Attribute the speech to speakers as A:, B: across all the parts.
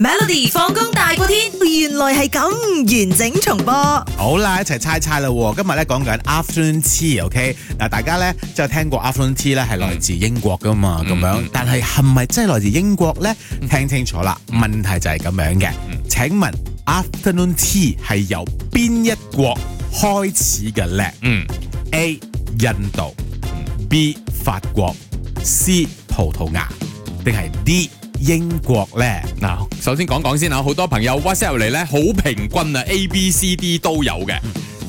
A: Melody 放工大過天，原來係咁完整重播。
B: 好啦，一齊猜猜啦喎！今日咧講緊 afternoon tea，OK？、嗱，大家咧就聽過 afternoon tea 咧係來自英國噶嘛，咁、樣。但係係咪真係來自英國咧？聽清楚啦，問題就係咁樣嘅。請問 afternoon tea 係由邊一國開始嘅咧
C: 嗯
B: ？A. 印度，B. 法國，C. 葡萄牙，定係 D. 英國咧？
C: 嗱，首先講講先啊，好多朋友 WhatsApp 入嚟咧，好平均啊，A、B、C、D 都有嘅。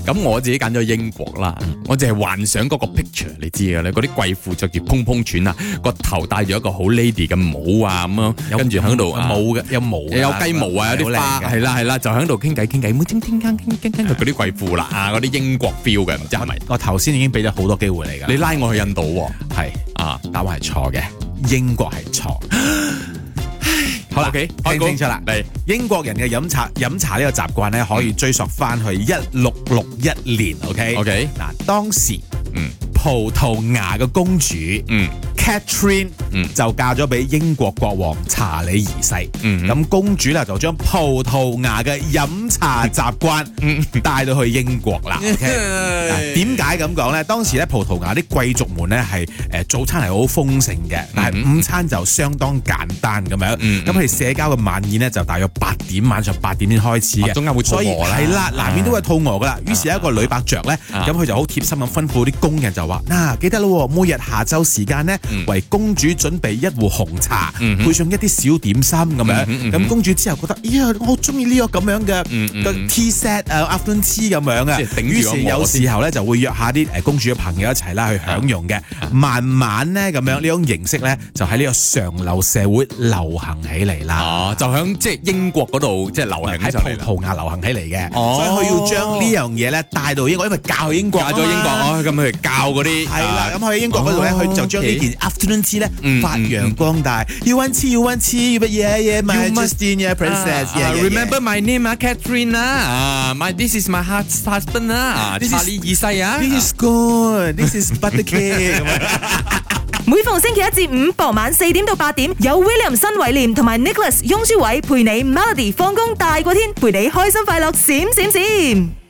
C: 咁我自己揀咗英國啦，我淨係幻想嗰個 picture，你知嘅咧，嗰啲貴婦着住蓬蓬裙啊，個頭戴住一個好 lady 嘅帽啊咁樣，跟住喺度啊
B: 冇嘅，有毛㗎，
C: 有雞毛啊，有啲花，
B: 好靚嘅
C: 係啦係啦，就喺度傾偈傾偈，冇點傾傾傾傾傾到嗰啲貴婦啦啊，嗰啲英國 feel 嘅，唔知係咪？
B: 我頭先已經俾咗好多機會你㗎
C: 你
B: 啦，
C: 拉我去印度喎
B: 係。
C: 啊！
B: 答案係錯嘅，英國係錯。好啦
C: OK，
B: 聽
C: 開估
B: 清楚啦
C: 嚟。
B: 英國人嘅飲茶飲茶呢個習慣咧，可以追溯翻去一六六一年。OK
C: OK
B: 嗱，當時
C: 嗯
B: 葡萄牙嘅公主
C: 嗯
B: Catherine
C: 嗯
B: 就嫁咗俾英國國王查理二世。
C: 嗯
B: 咁公主咧就將葡萄牙嘅飲茶習慣帶到去英國啦。OK。嗱點解咁講呢？當時咧葡萄牙啲貴族們咧係誒早餐係好豐盛嘅，但係午餐就相當簡單咁樣。
C: 嗯
B: 咁佢哋社交嘅晚宴呢，就大約八點晚上八點先開始嘅，
C: 啊中間會肚餓
B: 所
C: 啦
B: 以係啦，難免都會肚餓噶啦。於是有一個女伯爵呢，
C: 啊
B: 咁佢就好貼心咁吩咐啲工人就話：嗱，記得咯，每日下晝時間呢，
C: 嗯
B: 為公主準備一壺紅茶，
C: 嗯哼
B: 配上一啲小點心咁
C: 嗯哼嗯
B: 樣。
C: 哼
B: 咁公主之後覺得：咦，我好中意呢個咁樣嘅
C: 嗯嗯
B: 個
C: 嗯
B: tea set 啊，afternoon tea 咁樣啊
C: 即係頂。住
B: 於
C: 個
B: 是
C: 餓
B: 有
C: 先
B: 時候咧就會約下啲誒公主嘅朋友一齊啦去享用嘅，
C: 啊
B: 慢慢咧咁樣呢種形式咧就喺呢個上流社會流行起嚟啦，
C: 哦，就響即係英國嗰度即係流行
B: 喺
C: 起上嚟啦。
B: 葡萄牙流行起嚟嘅，
C: 哦
B: 所以佢要將呢樣嘢咧帶到英國，因為嫁去英國啊
C: 嫁
B: 嘛，
C: 咗英國，哦，咁佢哋教嗰啲
B: 係啦，
C: 啊
B: 咁去英國嗰度咧，
C: 哦
B: 佢就將呢
C: OK
B: 件 afternoon tea 咧
C: 嗯
B: 發揚光大。You want tea, you want tea, but yeah, yeah, my Justine, yeah, princess,
C: 啊
B: yeah,
C: 啊
B: yeah, yeah.
C: Remember my name 啊，Catherine 啊，啊，my this is my heart husband 啊，
B: This is-
C: 查理二世啊。
B: This is good, this is butter cake 咁樣。
A: 每逢星期一至五傍晚四點到八點，有 William 新偉廉同埋 Nicholas 雍舒偉陪你 Melody 放工大過天，陪你開心快樂閃閃閃。